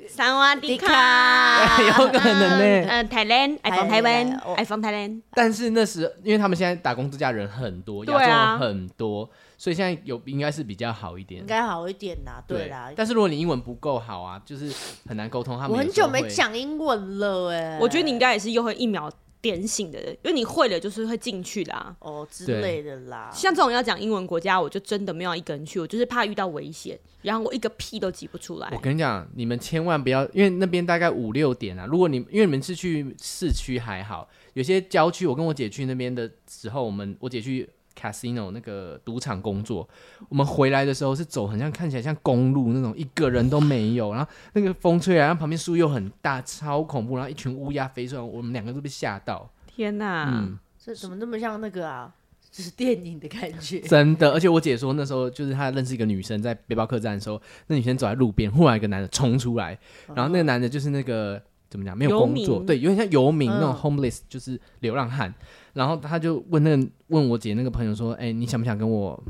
S3: 三瓦迪
S1: 迪
S3: 卡。
S1: 卡
S2: 有可能呢、
S3: 呃，台湾，爱放台湾
S1: 哎我，
S3: 爱放台湾。
S2: 但是那时，因为他们现在打工度假人很多，
S3: 对
S2: 亚洲
S3: 啊
S2: 人很多，所以现在有应该是比较好一点
S1: 应。该好一点啦，对
S2: 对
S1: 啦。
S2: 但是如果你英文不够好啊，就是很难沟通。他们
S1: 我很
S2: 有时候
S1: 久没
S2: 会，
S1: 讲英文了，哎，
S3: 我觉得你应该也是又会一秒点醒的人，因为你会了就是会进去啦。
S1: 哦之
S2: 对
S1: 类的啦，
S3: 像这种要讲英文国家，我就真的没有一个人去，我就是怕遇到危险，然后我一个屁都挤不出来
S2: 我。跟你讲，你们千万不要，因为那边大概五六点啊。如果你因为你们是去市区还好，有些郊区，我跟我姐去那边的时候，我们我姐去 casino 那个赌场工作，我们回来的时候是走很像看起来像公路那种，一个人都没有，然后那个风吹来，然后旁边树又很大，超恐怖，然后一群乌鸦飞出来，我们两个都被吓到。
S3: 天哪、
S2: 嗯，
S1: 这怎么那么像那个啊？就是电影的感觉。
S2: 真的，而且我姐说那时候就是她认识一个女生，在背包客栈的时候，那女生走在路边，忽然一个男的冲出来，然后那个男的就是那个怎么讲，没有
S3: 游
S2: 工
S3: 民
S2: 作，对，有点像游民、
S1: 嗯
S2: 那种 homeless，就是流浪汉。然后他就问那个问我姐那个朋友说：“哎、你想不想跟我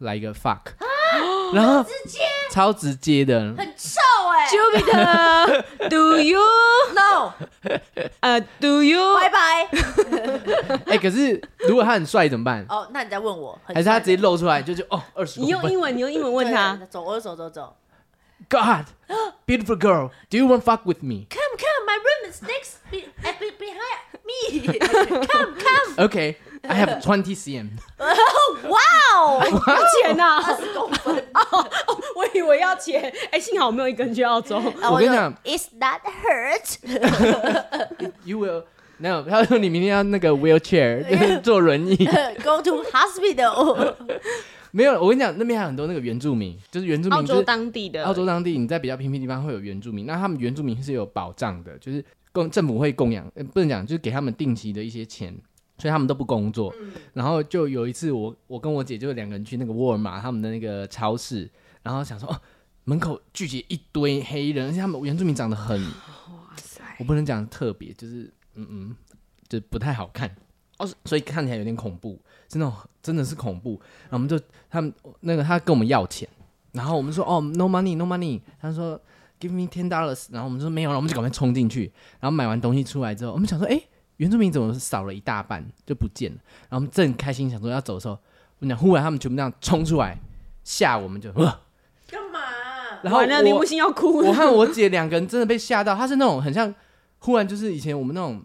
S2: 来一个 fuck？”
S1: 啊
S2: 然后超直接的，
S1: 很臭哎、
S3: Jupiter，Do you
S1: No，
S3: 呃、Do you？
S1: 拜拜。
S2: 哎、可是如果他很帅怎么办？
S1: 哦，那你再问我，很
S2: 还是他
S1: 帅
S2: 直接
S1: 的
S2: 露出来就就哦二十
S3: 你
S2: 公
S3: 用
S2: 分
S3: 英文，你用英文问
S1: 对啊
S3: 他，
S1: 走，我就走走走。
S2: God beautiful girl do you want fuck with me
S1: Come, come, my room is next be, eh, be behind me. Come, come.
S2: OK I have twenty cm
S1: 哇
S3: 要钱呐、哎啊！
S1: 哦！
S3: 我以为要钱，哎、幸好我没有一个人去澳洲。
S1: Oh
S2: 我跟你讲
S1: ，Is that hurt？
S2: You will no，他说你明天要那个 wheelchair，就是 坐轮椅。
S1: Go to hospital。
S2: 没有，我跟你讲，那边还有很多那个原住民，就是原住民、
S3: 澳
S2: 就是
S3: 洲当地的，
S2: 澳洲当地，你在比较偏僻地方会有原住民，那他们原住民是有保障的，就是供政府会供养，呃不能讲，就是给他们定期的一些钱。所以他们都不工作，
S3: 嗯
S2: 然后就有一次我我跟我姐就两个人去那个沃尔玛他们的那个超市，然后想说哦，门口聚集一堆黑人，而且他们原住民长得很，
S3: 哇塞，
S2: 我不能讲特别，就是嗯嗯，就不太好看哦，所以看起来有点恐怖，是那种真的是恐怖。然后我们就他们那个他跟我们要钱，然后我们说哦 no money no money，他说 give me ten dollars，然后我们说没有，然后我们就赶快冲进去，然后买完东西出来之后，我们想说哎、诶原住民怎么少了一大半就不见了？然后我们正开心想说要走的时候，我们讲忽然他们全部这样冲出来吓我们 就，呃
S1: 干嘛？
S2: 然后
S3: 完了，林
S2: 我
S3: 木星要哭
S2: 我
S3: 了。
S2: 和我姐两个人真的被吓到，她是那种很像，忽然就是以前我们那种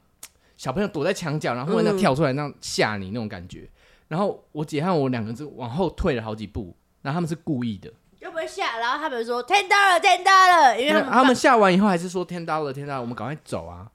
S2: 小朋友躲在墙角，然后忽然这样跳出来那样吓你那种感觉。然后我姐和我两个人就往后退了好几步，然后他们是故意的，
S1: 要不然下，然后他们说 ten dollar ten dollar，因为他们
S2: 他们吓完以后还是说天到了天到了，我们赶快走啊！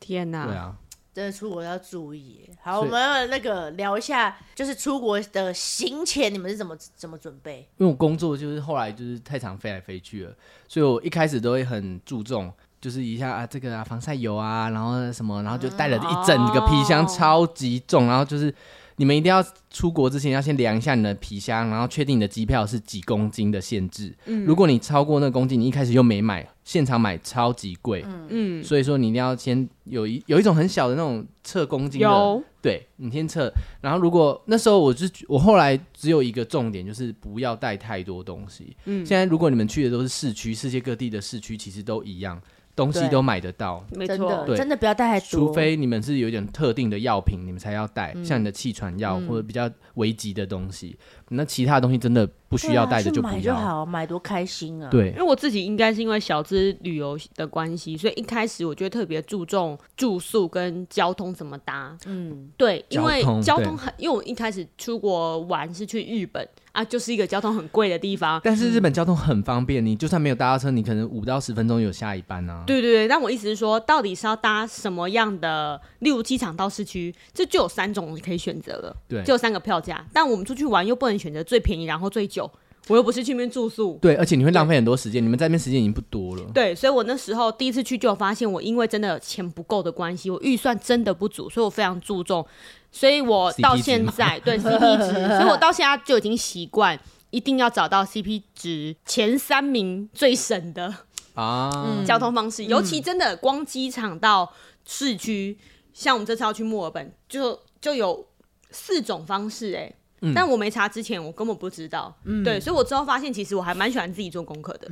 S3: 天哪、
S2: 对啊，
S1: 真的出国要注意耶。好，我
S2: 所以
S1: 们要那个聊一下，就是出国的行前你们是怎么怎么准备？
S2: 因为我工作就是后来就是太常飞来飞去了，所以我一开始都会很注重。就是一下啊，这个啊，防晒油啊，然后什么，然后就带了一整个皮箱，
S3: 哦
S2: 超级重。然后就是你们一定要出国之前要先量一下你的皮箱，然后确定你的机票是几公斤的限制。
S1: 嗯
S2: 如果你超过那个公斤，你一开始又没买，现场买超级贵。
S3: 嗯，
S2: 所以说你一定要先有一有一种很小的那种测公斤的，
S3: 有
S2: 对你先测，然后如果那时候我是我后来只有一个重点，就是不要带太多东西。嗯，现在如果你们去的都是市区，世界各地的市区其实都一样，东西
S1: 对
S2: 都买得到，
S3: 没
S1: 真
S3: 错，
S1: 的
S2: 对
S1: 真的不要带太多，
S2: 除非你们是有点特定的药品，你们才要带，像你的气喘药、或者比较危急的东西。那其他东西真的不需要带的
S1: 就
S2: 不
S1: 啊买
S2: 要。
S1: 好，买多开心啊！，
S2: 对
S3: 因为我自己应该是因为小资旅游的关系，所以一开始我就会特别注重住宿跟交通怎么搭。
S1: 嗯，
S3: 对，因为
S2: 交通
S3: 交
S2: 对
S3: 通很，因为我一开始出国玩是去日本啊，就是一个交通很贵的地方。
S2: 但是日本交通很方便，你就算没有搭到车，你可能五到十分钟有下一班啊。
S3: 对对对，但我意思是说，到底是要搭什么样的？例如机场到市区，这就有三种可以选择了，
S2: 对
S3: 就有三个票价。但我们出去玩又不能选择最便宜，然后最久，我又不是去那边住宿。
S2: 对，而且你会浪费很多时间，你们在那边时间已经不多了。
S3: 对，所以我那时候第一次去就有发现，我因为真的钱不够的关系，我预算真的不足，所以我非常注重，所以我
S2: CP
S3: 到
S2: 值
S3: 现
S2: 吗
S3: 在对 CP 值， 所以我到现在就已经习惯，一定要找到 CP 值前三名最省的
S2: 啊，
S3: 交通方式，尤其真的光机场到市区，像我们这次要去墨尔本，就就有四种方式哎、但我没查之前，我根本不知道。对，所以我之后发现，其实我还蛮喜欢自己做功课的。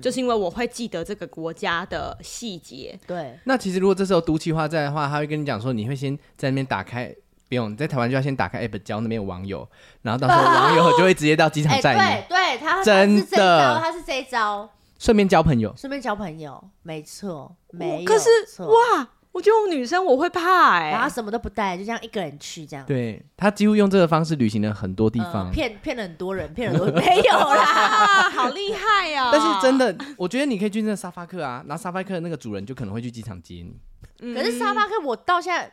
S3: 就是因为我会记得这个国家的细节。
S1: 对，
S2: 那其实如果这时候读企划在的话，他会跟你讲说，你会先在那边打开，不用你在台湾就要先打开 app 交那边有网友，然后到时候网友就会直接到机场
S1: 哎，
S2: 载你，
S1: 对对，他他
S2: 真
S1: 是这一招，
S2: 的
S1: 他是这一招，
S2: 顺便交朋友。
S1: 顺便交朋友，没错，没有
S3: 可是
S1: 错，
S3: 哇，我觉得我女生我会怕哎、
S1: 然后什么都不带，就这样一个人去这样，
S2: 对他几乎用这个方式旅行了很多地
S1: 呃
S2: 方，
S1: 骗骗了很多人，骗了很多人，没有 啦，
S3: 啊，好厉害 呀、
S2: 但是真，的，我觉得你可以去那个沙发客啊，然后沙发客那个主人就可能会去机场接你。
S1: 可是沙发客我到现在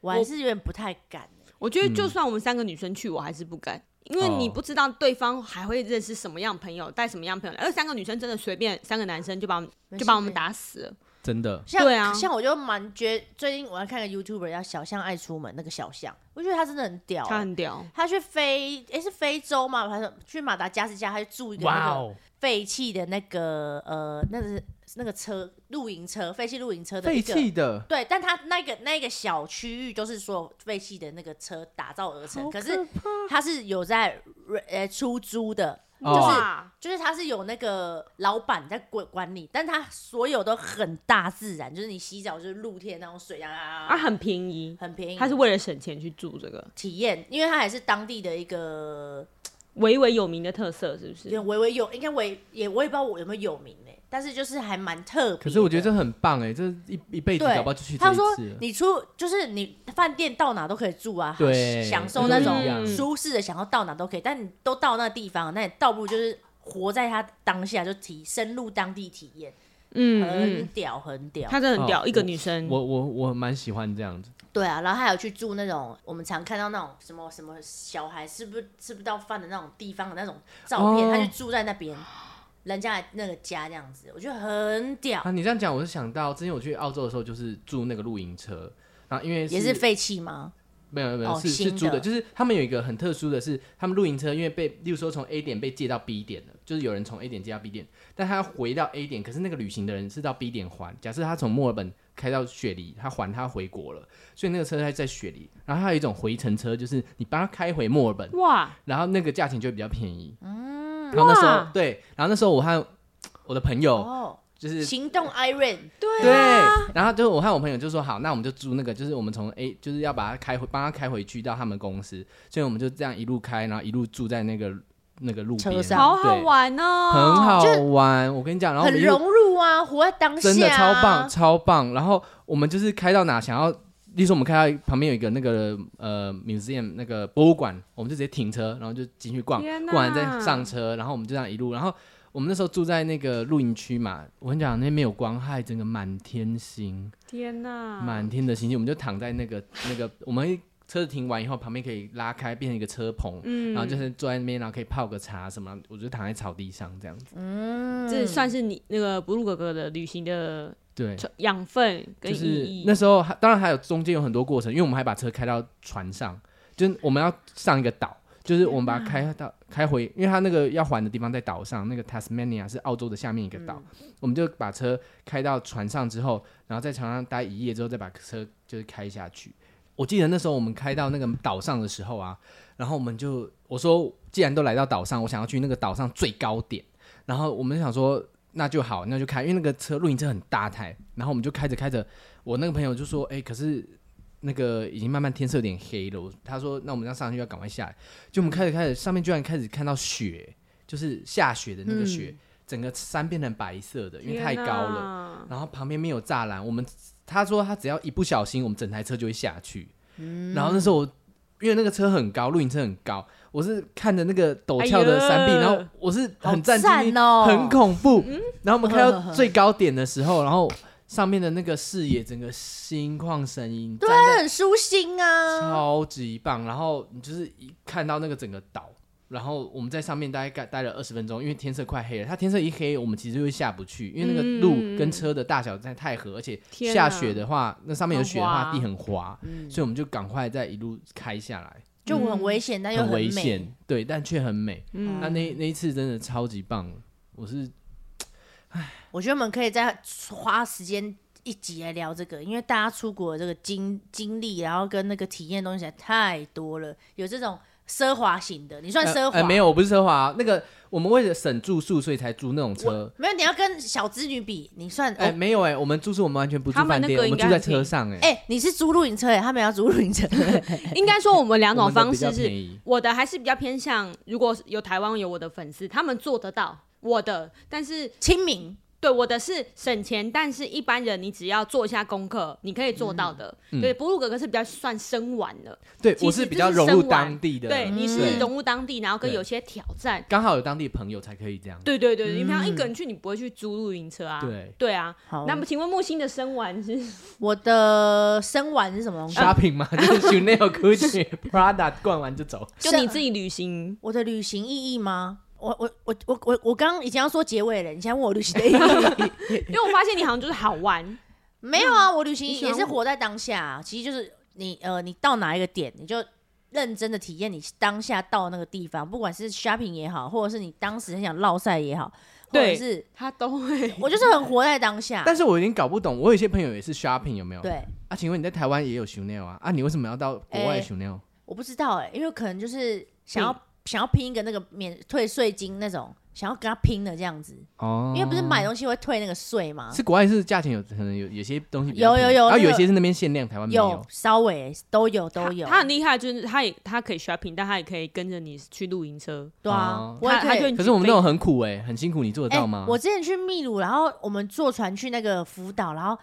S1: 我还
S3: 我
S1: 是有点不太敢。
S3: 我觉得就算我们三个女生去，我还是不敢。因为你
S2: 嗯哦
S3: 不知道对方还会认识什么样的朋友，带什么样的朋友来，而三个女生真的随便三个男生就把我们
S1: 没事
S3: 就把我们打死了。
S2: 真的，
S1: 像
S3: 对啊
S1: 像我就蛮觉最近我要看个 YouTuber 叫小象爱出门那个小象，我觉得他真的很屌、欸
S3: 他很屌，
S1: 他去非诶是非洲嘛，还是去马达加斯加，他就住一个那
S2: 哦
S1: 个，废弃的那个呃，那是那个车露营车，废弃露营车的
S2: 废
S1: 一个
S2: 弃的，
S1: 对，但他那个那个小区域都是所有废弃的那个车打造而成，可是他是有在 re- 呃出租的，
S2: 哦
S3: 哇，
S1: 就是他是有那个老板在管管理，但他所有都很大自然，就是你洗澡就是露天那种水啊啊，
S3: 啊，很便宜，
S1: 很便宜，
S3: 他是为了省钱去住这个，
S1: 体验，因为他也是当地的一个
S3: 维维有名的特色是不
S1: 有
S3: 是？
S1: 点微微有，应该微也我也不知道我有没有有名呢、但是就是还蛮特别的。
S2: 可是我觉得这很棒哎，这一一辈子
S1: 对，
S2: 搞不好就去这
S1: 他
S2: 一
S1: 说
S2: 次了。啊
S1: 你出就是你饭店到哪都可以住啊，
S2: 对
S1: 享受那
S3: 这都一
S1: 种
S3: 样
S1: 舒适的，想要到哪都可以。但你都到那地方，那你倒不如就是活在他当下，就体深入当地体验，
S3: 嗯
S1: 很
S3: 嗯，
S1: 屌很屌。
S3: 他真的很屌，
S2: 哦
S3: 一个女生，
S2: 我我我蛮喜欢这样子，
S1: 对啊，然后还有去住那种我们常看到那种什么什么小孩吃不吃不到饭的那种地方的那种照片，
S2: 哦
S1: 他就住在那边。人家的那个家这样子，我觉得很屌，
S2: 啊，你这样讲，我是想到之前我去澳洲的时候，就是住那个露营车，然后因为
S1: 也是废弃吗？
S2: 没有没有没有、
S1: 哦
S2: 是
S1: 新
S2: 是
S1: 的
S2: 租的，就是他们有一个很特殊的是，他们露营车因为被，例如说从 A 点被借到 B 点了，就是有人从 A 点借到 B 点，但他回到 A 点，可是那个旅行的人是到 B 点还。假设他从墨尔本开到雪梨，他还他回国了，所以那个车还在雪梨。然后还有一种回程车，就是你帮他开回墨尔本，
S3: 哇，
S2: 然后那个价钱就会比较便宜。嗯，然后那时候
S3: 哇
S2: 对，然后那时候我和我的朋友
S1: 哦，
S2: 就是
S1: 行动 Iron，
S2: 对，啊然后就我和我朋友就说好，那我们就租那个，就是我们从 A 就是要把它开回，帮他开回去到他们公司，所以我们就这样一路开，然后一路住在那个那个路边，
S1: 车上
S3: 好好玩哦，
S2: 对，很好玩。我跟你讲，然后我
S1: 很
S2: 们一路
S1: 融入啊，活在当下、啊，
S2: 真的超棒，超棒。然后我们就是开到哪想要，例如说我们开到旁边有一个那个呃 museum 那个博物馆，我们就直接停车，然后就进去逛，
S3: 天哪
S2: 逛完再上车，然后我们就这样一路。然后我们那时候住在那个露营区嘛，我跟你讲那边有光害，整个满天星。
S3: 天哪，
S2: 满天的星星，我们就躺在那个 那个，我们车子停完以后，旁边可以拉开变成一个车棚，
S3: 嗯
S2: 然后就是坐在那边，然后可以泡个茶什么，我就躺在草地上这样子。
S3: 这算是你那个布鲁哥哥的旅行的
S2: 对，
S3: 养分跟
S2: 就
S3: 意
S2: 是
S3: 义。
S2: 那时候还当然还有中间有很多过程，因为我们还把车开到船上，就是我们要上一个岛，就是我们把它开到开回，因为它那个要还的地方在岛上，那个 Tasmania 是澳洲的下面一个岛，
S3: 嗯
S2: 我们就把车开到船上之后，然后在船上待一夜之后，再把车就是开下去。我记得那时候我们开到那个岛上的时候啊，然后我们就我说，既然都来到岛上，我想要去那个岛上最高点。然后我们想说，那就好，那就开，因为那个车露营车很大台。然后我们就开着开着，我那个朋友就说：“哎、可哎是那个已经慢慢天色有点黑了。我”他说：“那我们要上去，要赶快下来。”就我们开着开着，上面居然开始看到雪，就是下雪的那个雪，整个山变成白色的，因为太高
S1: 嗯
S2: 了。
S3: 了，
S2: 然后旁边没有栅栏，我们他说他只要一不小心，我们整台车就会下去。
S1: 嗯
S2: 然后那时候我因为那个车很高，露营车很高，我是看着那个陡峭的山壁，
S3: 哎呀
S2: 然后我是很战
S1: 好
S2: 惊，
S1: 赞哦
S2: 很恐怖。然后我们开到最高点的时候，然后上面的那个视野整个心旷神怡，
S1: 对
S2: 站
S1: 啊，
S2: 在
S1: 很舒心啊。
S2: 超级棒。然后你就是一看到那个整个岛。然后我们在上面大概待了二十分钟，因为天色快黑了。它天色一黑，我们其实就会下不去，因为那
S3: 嗯
S2: 个路跟车的大小真的太合，而且
S3: 天
S2: 下
S3: 啊
S2: 雪的话，那上面有雪的话，
S3: 很滑嗯
S2: 地很滑，所以我们就赶快再一路开下来，
S1: 就很危险，但又
S2: 很
S1: 美。
S2: 危险，对，但却很美。
S3: 嗯
S2: 那那那一次真的超级棒，我是
S1: 我觉得我们可以再花时间一集来聊这个，因为大家出国的这个经经历，然后跟那个体验的东西实在太多了。有这种奢华型的，你算奢华、
S2: 呃呃没有，我不是奢华啊，那个我们为了省住宿，所以才租那种车
S1: 我。没有，你要跟小资女比，你算
S2: 哎、
S1: 哎。
S2: 没有哎、我们住宿我们完全不住
S3: 他们
S2: 饭
S3: 那
S2: 店，
S3: 个
S2: 我们
S3: 应该
S2: 住在
S3: 很便
S2: 车
S3: 宜
S2: 上哎、
S1: 哎、你是租露营车哎，他们也要租露营车，
S3: 应该说我们两
S2: 我
S3: 种
S2: 们的
S3: 方
S2: 比较
S3: 式
S2: 便
S3: 是，
S2: 宜
S3: 我的还是比较偏向，如果有台湾有我的粉丝，他们做得到我的，但是
S1: 亲民
S3: 对我的是省钱，但是一般人你只要做一下功课，你可以做到的。
S2: 嗯
S3: 对，布鲁格格是比较算生玩的，
S2: 对
S3: 其
S2: 我
S3: 实
S2: 是比
S3: 这
S2: 较
S3: 是
S2: 融
S3: 生
S2: 入
S3: 玩
S2: 当地的，
S3: 对，
S2: 对
S3: 你
S2: 啊
S3: 是融入当地，然后跟
S2: 对
S3: 有些挑战。
S2: 刚好有当地朋友才可以这样。
S3: 对对对，你平常一个人去，你不会去租露营车啊。
S2: 对
S3: 对啊，
S1: 好，
S3: 那么请问木星的生玩是？
S1: 我的生玩是什么
S3: 嗯
S1: 东西？
S2: shopping 嘛，就是
S3: 啊
S2: Chanel、Gucci、Prada 逛完就走。
S3: 就你自己旅行，
S1: 我的旅行意义吗？我我我我我我刚刚已经要说结尾了，你现在问我旅行的意义？
S3: 因为我发现你好像就是好玩，
S1: 没有啊，我旅行
S3: 嗯你喜欢
S1: 也是活在当下啊、其实就是你呃，你到哪一个点，你就认真的体验你当下到那个地方，不管是 shopping 也好，或者是你当时很想落赛也好，或者
S3: 对
S1: 是
S3: 他都会。
S1: 我就是很活在当下。
S2: 但是我已经搞不懂，我有一些朋友也是 shopping 有没有？
S1: 对，
S2: 啊，请问你在台湾也有 Chanel 啊？啊，你为什么要到国外
S1: 哎
S2: Chanel？、
S1: 我不知道哎、因为可能就是想
S3: 嗯
S1: 要想要拼一个那个免退税金那种，想要跟他拼的这样子，
S2: 哦
S1: 因为不是买东西会退那个税吗？
S2: 是国外是价钱有可能有有些东西比
S1: 有
S2: 较
S1: 有
S2: 便宜
S1: 有
S2: 然后
S1: 那
S2: 有一
S1: 个
S2: 些是那边限量，台湾没
S1: 有稍微都有都有，
S3: 他很厉害，就是他也他可以 shopping，但他也可以跟着你去露营车。
S1: 对
S2: 哦
S1: 啊，我也
S3: 他他
S1: 可
S3: 就
S1: 以。
S2: 可是我们那种很苦哎、很辛苦，你做得
S1: 哎、
S2: 到吗？
S1: 我之前去秘鲁，然后我们坐船去那个福岛，然后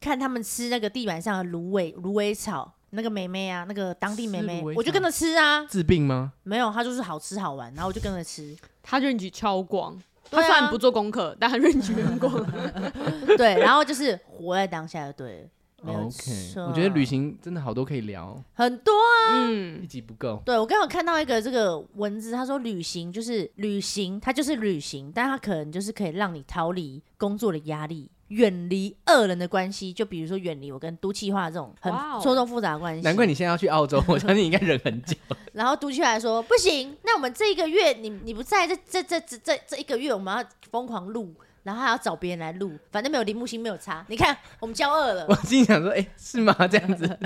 S1: 看他们吃那个地板上的芦苇芦苇草，那个妹妹啊，那个当地妹
S2: 吃
S1: 妹
S2: 芦苇，
S1: 我就
S2: 草
S1: 跟着吃啊，
S2: 治病吗？
S1: 没有，她就是好吃好玩，然后我就跟着吃。
S3: 他 range 超广，
S1: 对
S3: 他
S1: 啊
S3: 虽然不做功课，但他 range 很 广。
S1: 对，然后就是活在当下就对了。没有
S2: 哦 OK，
S1: 错
S2: 我觉得旅行真的好多可以聊，
S1: 很多啊。
S2: 一
S3: 嗯，
S2: 集不够。
S1: 对我刚好看到一个这个文字，他说旅行就是旅行，它就是旅行，但它可能就是可以让你逃离工作的压力。远离恶人的关系，就比如说远离我跟都气化这种很
S3: 哇哦
S1: 错综复杂的关系。
S2: 难怪你现在要去澳洲，我相信你应该忍很久。
S1: 然后读起来说不行，那我们这一个月你你不在这这这这这这一个月，我们要疯狂录，然后还要找别人来录，反正没有铃木星没有差。你看我们骄傲了
S2: 我，心里想说，哎、是吗？ 这 样子，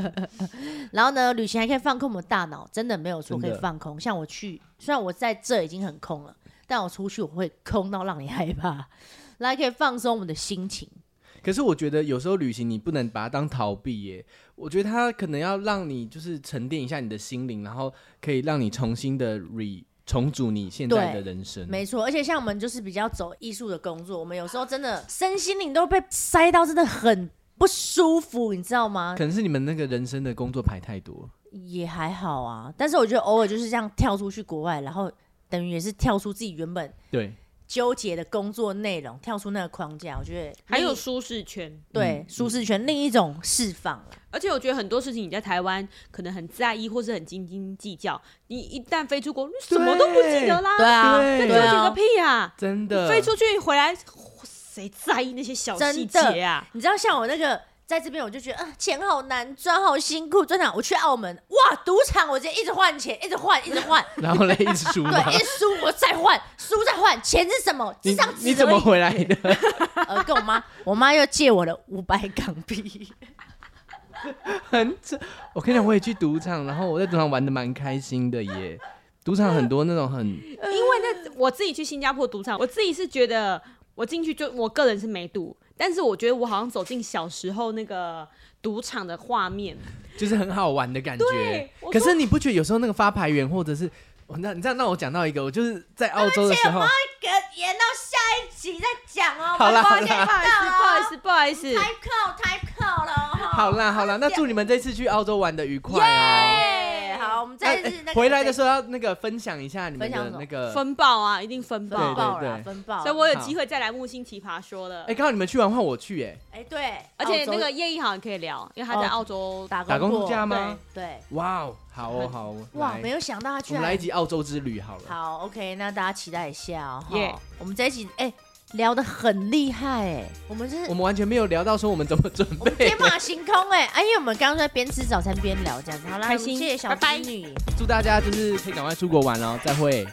S1: 然后呢，旅行还可以放空我们的大脑，真的没有错，
S2: 真
S1: 可
S2: 的
S1: 以放空。像我去，虽然我在这已经很空了，但我出去我会空到让你害怕，然后还可以放松我们的心情。
S2: 可是我觉得有时候旅行你不能把它当逃避耶，我觉得它可能要让你就是沉淀一下你的心灵，然后可以让你重新的 re 重组你现在的
S1: 对
S2: 人生。
S1: 没错，而且像我们就是比较走艺术的工作，我们有时候真的身心灵都被塞到，真的很不舒服，你知道吗？
S2: 可能是你们那个人生的工作排太多，
S1: 也还好啊，但是我觉得偶尔就是这样跳出去国外，然后等于也是跳出自己原本
S2: 对，
S1: 纠结的工作内容，跳出那个框架，我觉得
S3: 还有嗯
S1: 另一
S3: 舒适圈。
S2: 嗯
S1: 对、舒适圈另一种释放啊了。
S3: 而且我觉得很多事情你在台湾可能很在意，或是很斤斤计较。你一旦飞出国，你什么都不记得啦，
S1: 对啊，对
S2: 对
S3: 纠结个
S1: 啊。
S3: 屁啊！
S2: 真
S3: 你
S2: 的
S3: 飞出去回来，谁在意那些小细节啊？
S1: 你知道像我那个呃在这边，我就觉得啊、钱好难赚，好辛苦，赚哪？我去澳门，哇，赌场我直接一直换钱，一直换，一直换，
S2: 然后嘞一直输嘛
S1: 对，一。直输我再换，输再换，钱是什么？
S2: 你
S1: 智商
S2: 你
S1: 纸
S2: 怎
S1: 而
S2: 么
S1: 已。
S2: 回来的？
S1: 呃，跟我妈，我妈又借我了五百港币。
S2: 很扯。我跟你讲，我也去赌场，然后我在赌场玩的蛮开心的耶。赌场很多那种很
S3: 我自己去新加坡赌场，我自己是觉得我进去就我个人是没赌，但是我觉得我好像走进小时候那个赌场的画面。
S2: 就是很好玩的感觉
S3: 对。我
S2: 可
S3: 说
S2: 是你不觉得有时候那个发牌员或者是我那你知道，那我讲到一个，我就是在澳洲的时
S1: 哎
S2: 候，
S1: 跟延到下一集再讲哦。
S2: 好啦
S1: 拜
S2: 好
S1: 拜
S2: 啦
S3: 不好意思，不好意思，不好意 思，
S1: 太靠太靠了哦。
S2: 好啦好啦，那祝你们这次去澳洲玩的愉快哦。
S1: 耶，好，我们
S2: 那
S1: 再次那个
S2: 哎回来的时候要那个分享一下你们
S1: 分享
S2: 的
S1: 什么
S2: 那个，
S3: 分爆啊，一定分
S1: 分
S3: 爆。
S1: 爆
S2: 对对
S1: 了，
S2: 对
S1: 分爆。
S3: 所以我有机会再来木星奇葩说了。
S2: 哎，刚好你们去完换我去，哎，
S1: 哎对，
S3: 而且那
S1: 澳
S3: 个
S1: 洲
S3: 叶一好像可以聊，因为他在
S1: 哦
S3: 澳洲。
S1: 打
S2: 打工
S1: 过
S2: 度假吗？
S1: 对，
S2: 哇哦，好哦好哦，
S1: 哇，
S2: 来
S1: 没有想到他
S2: 我
S1: 居
S2: 们来一
S1: 然
S2: 集澳洲之旅好了。
S1: 好 OK，那大家期待一下哦。
S3: 耶
S1: 哈我们这一集哎聊的很厉害哎，我们是
S2: 我们完全没有聊到说我们怎么准
S1: 我们
S2: 备
S1: 天。马行空哎，哎，因为我们刚刚在边吃早餐边聊这样子，好啦，
S3: 开心
S1: 我们谢谢小
S3: 拜拜
S1: 织女。
S2: 祝大家就是可以赶快出国玩哦，再会。